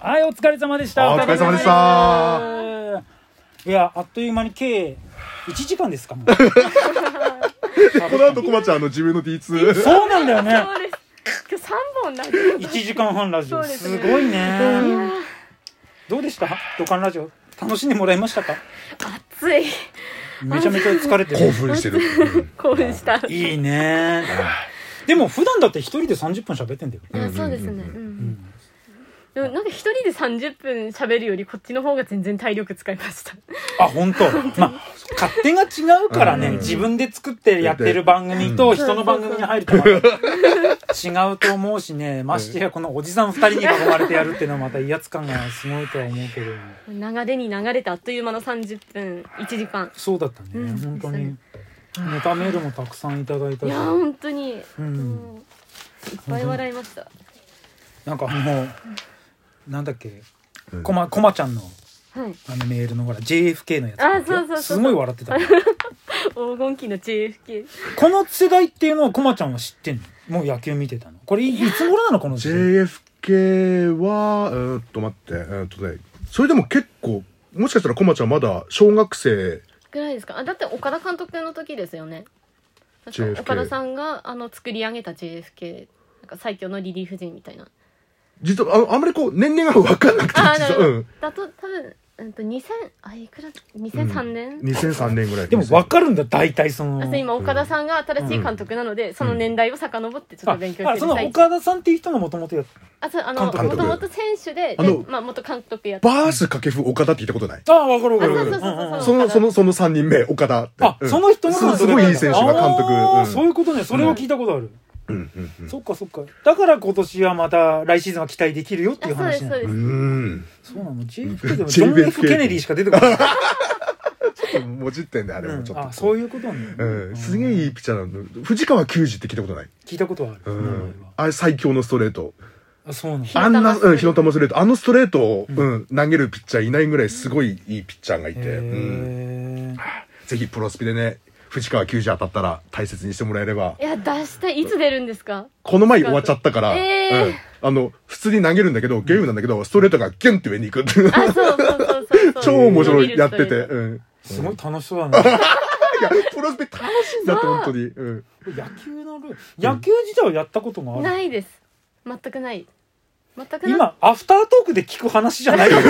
はい、お疲れ様でした。。あお疲れ様でしたいや、あっという間に計1時間です かもうこの後、こまちゃん、あの、自分の D2。そうなんだよね。そうです。今日三本なんです。 1時間半ラジオ。そうですすねごいね。どうでした土管ラジオ。楽しんでもらいましたか暑い。めちゃめちゃ疲れて興る。奮してる。興奮した。いいね。でも普段だって一人で30分喋ってんだよ。いやそうですね。うん。でもなんか一人で三十分喋るよりこっちの方が全然体力使いました。あ、本 当。まあ、勝手が違うからね、うん自分で作ってやってる番組と人の番組に入るとまた違うと思うしね、ましてやこのおじさん二人に囲まれてやるっていうのはまた威圧感がすごいとは思うけど、流れに流れてあっという間の三十分一時間。そうだったね、うん本当に。ネタメールもたくさんいただいたいしや、本当に。うん。もういっぱい笑いました。なんかもう、なんだっけうん、こま、こまちゃんのはい。あのメールのほら、JFK のやつ。あそうそうそうすごい笑ってた。黄金期の JFK。この世代っていうのはこまちゃんは知ってんのもう野球見てたのこれいいつ頃なのこの世代 JFK は、うーんと、待って、うーんとね、それでも結構、もしかしたらこまちゃんまだ小学生、ぐらいですかあだって岡田監督の時ですよね確か JFK 岡田さんがあの作り上げた JFK なんか最強のリリーフ陣みたいな実は、ああんまりこう、年齢が分かんなくて、実ああなは、るほうど、ん。だと多分、うん、と2000あいくら2003年、 2003年ぐらい。でも分かるんだ大体そのあそう今岡田さんが新しい監督なので、その年代を遡ってちょっと勉強あしあてそみのたい岡田さんっていう人がもともとやっあそうあの監督もともと選手であでのまあ、元監督やってバース掛布岡田って言ったことないああ分かる分かる分かあるそうそううそうそうんうんその、その、その3人目、岡田って。あうんその人も監督すすごいいい選手が監督。あうあんそういうことねそれを聞いたことあるうんうんうんそっかそっかだから今年はまた来シーズンは期待できるよっていうあそうです話そうなのです、うん。そうなの JFK でもジョン F ・ケネディしか出てこない ちょっともじってんだよ、あれもちょっうんと。あそういうことねうん、すげうんえいいピッチャーなの。藤川球児って聞いたことない。聞いたことはあるう名前はん。あれ最強のストレート。あそうなののあんな、火の玉ストうん、火の玉ストレレートート。あのストレートを、うん、投げるピッチャーいないぐらいすごいいいピッチャーがいて。うん。へーぜひプロスピでね、藤川球児当たったら大切にしてもらえれば。いや出したいいつ出るんですかこの前終わっちゃったから、えーうん。あの、普通に投げるんだけど、ゲームなんだけど、ストレートがギュンって上に行くっていう。あそうそうそう そうそう超面白い、やってて。伸びるストレートうん。すごい楽しそうだね いや、プロスピ楽しいんだって、本当に。うん。野球のルール野球自体はやったことがあるないです全くない全くない今アフタートークで聞く話じゃないよ本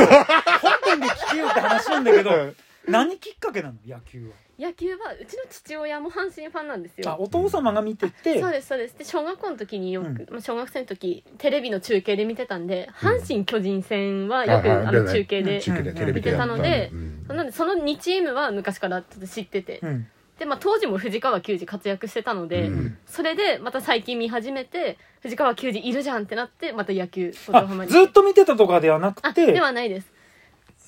編で聞けよって話なんだけどうん何きっかけなの野球野球はうちの父親も阪神ファンなんですはあよお父様が見ててそうですそうですで小学校の時によく、うんまあ、小学生の時テレビの中継で見てたんで阪神・巨人戦はよく、はいはいあ出のない中継で、中継でテレビでやった見てたのでうんなんでその2チームは昔からちょっと知ってて、うんで、まあ、当時も藤川球児活躍してたので、うんそれでまた最近見始めて藤川球児いるじゃんってなってまた野球横あ浜にずっと見てたとかではなくあでてはないです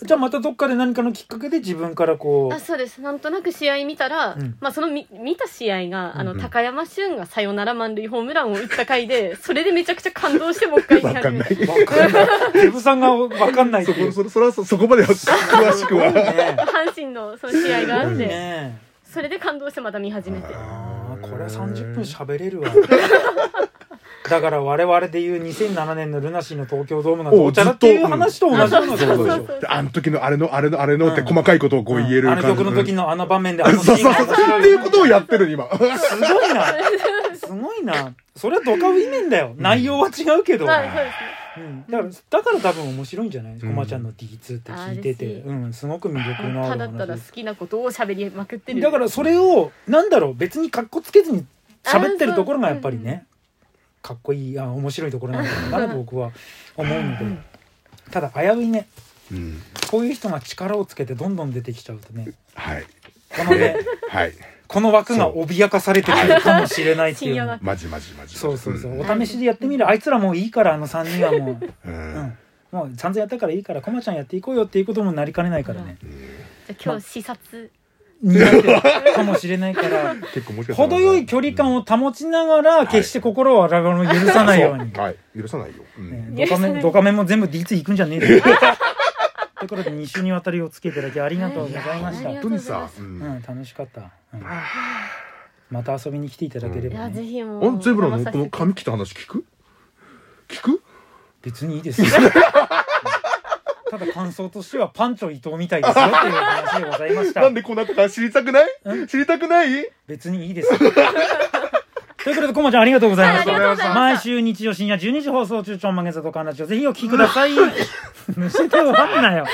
じゃあまたどっかで何かのきっかけで自分からこあそうですなんとなく試合見たら、うんまあ、その見見た試合があの、うんうん高山俊がサヨナラ満塁ホームランを打った回でそれでめちゃくちゃ感動してもう一回見 わか始んめなたい。う分かんないデブさんが分かんないってそいこ、うそれ、それはそ、そこまでは詳しくは。ね阪神のその試合があっねてえそれで感動してまた見始めて あーこれは30分喋れるわだから我々でいう2007年のルナシーの東京ドームなんておお茶だっていうずっと話と同じようなことでしょそうそうそうであの時のあれの、あれの、あれのってうん細かいことをこう言えるあの感じ。曲の時の。のあの場面であそうのシそーうンがそう。っていうことをやってる、今。すごいなすごいなそれはドカウイメンだよ内容は違うけど、まあそうですねうんだからだから多分面白いんじゃないこま、ちゃんの D2 って聞いててあー嬉しいうんすごく魅力のあたるだた話でだ好すきなことを喋りまくってるだからそれをなんだろう別にかっこつけずに喋ってるところがやっぱりあーねかっこいいあ面白いところなんだろうなと僕は思うのでただ危ういねうんこういう人が力をつけてどんどん出てきちゃうと ねはい。このねねはい。この枠が脅かされてくるかもしれないってい深夜う枠マジマジマジ。そうそうそう、んお試しでやってみるあいつらもういいからあの3人はもう、ううんん、もう散々やったからいいからこまちゃんやっていこうよっていうこともなりかねないからね、じゃあ今日視察苦手かもしれない から結構もしかしたら程よい距離感を保ちながら決して心を荒がるのを許さないように、はい。許さないよ。うんね許ドカさないメンドカメンも全部 D2 行くんじゃねえ よということで2週にわたりお付き合いいただきありがとうございましいやたい本や当にさ、ううんん、楽しかった、うんまた遊びに来ていただけれいば、やねぜひもあうんゼブラ騙のさこせのて髪切った話聞く聞く 別にいいですよただ感想としてはパンチョ伊藤みたいですよっていう話でございましたなんでこうなったか知りたくない知りたくない別にいいです ということでコマちゃんありがとうございました,、はいありがとうございました毎週日曜深夜12時放送中ちょんまげさとかんラジオぜひお聞きくださいむしてわんなよ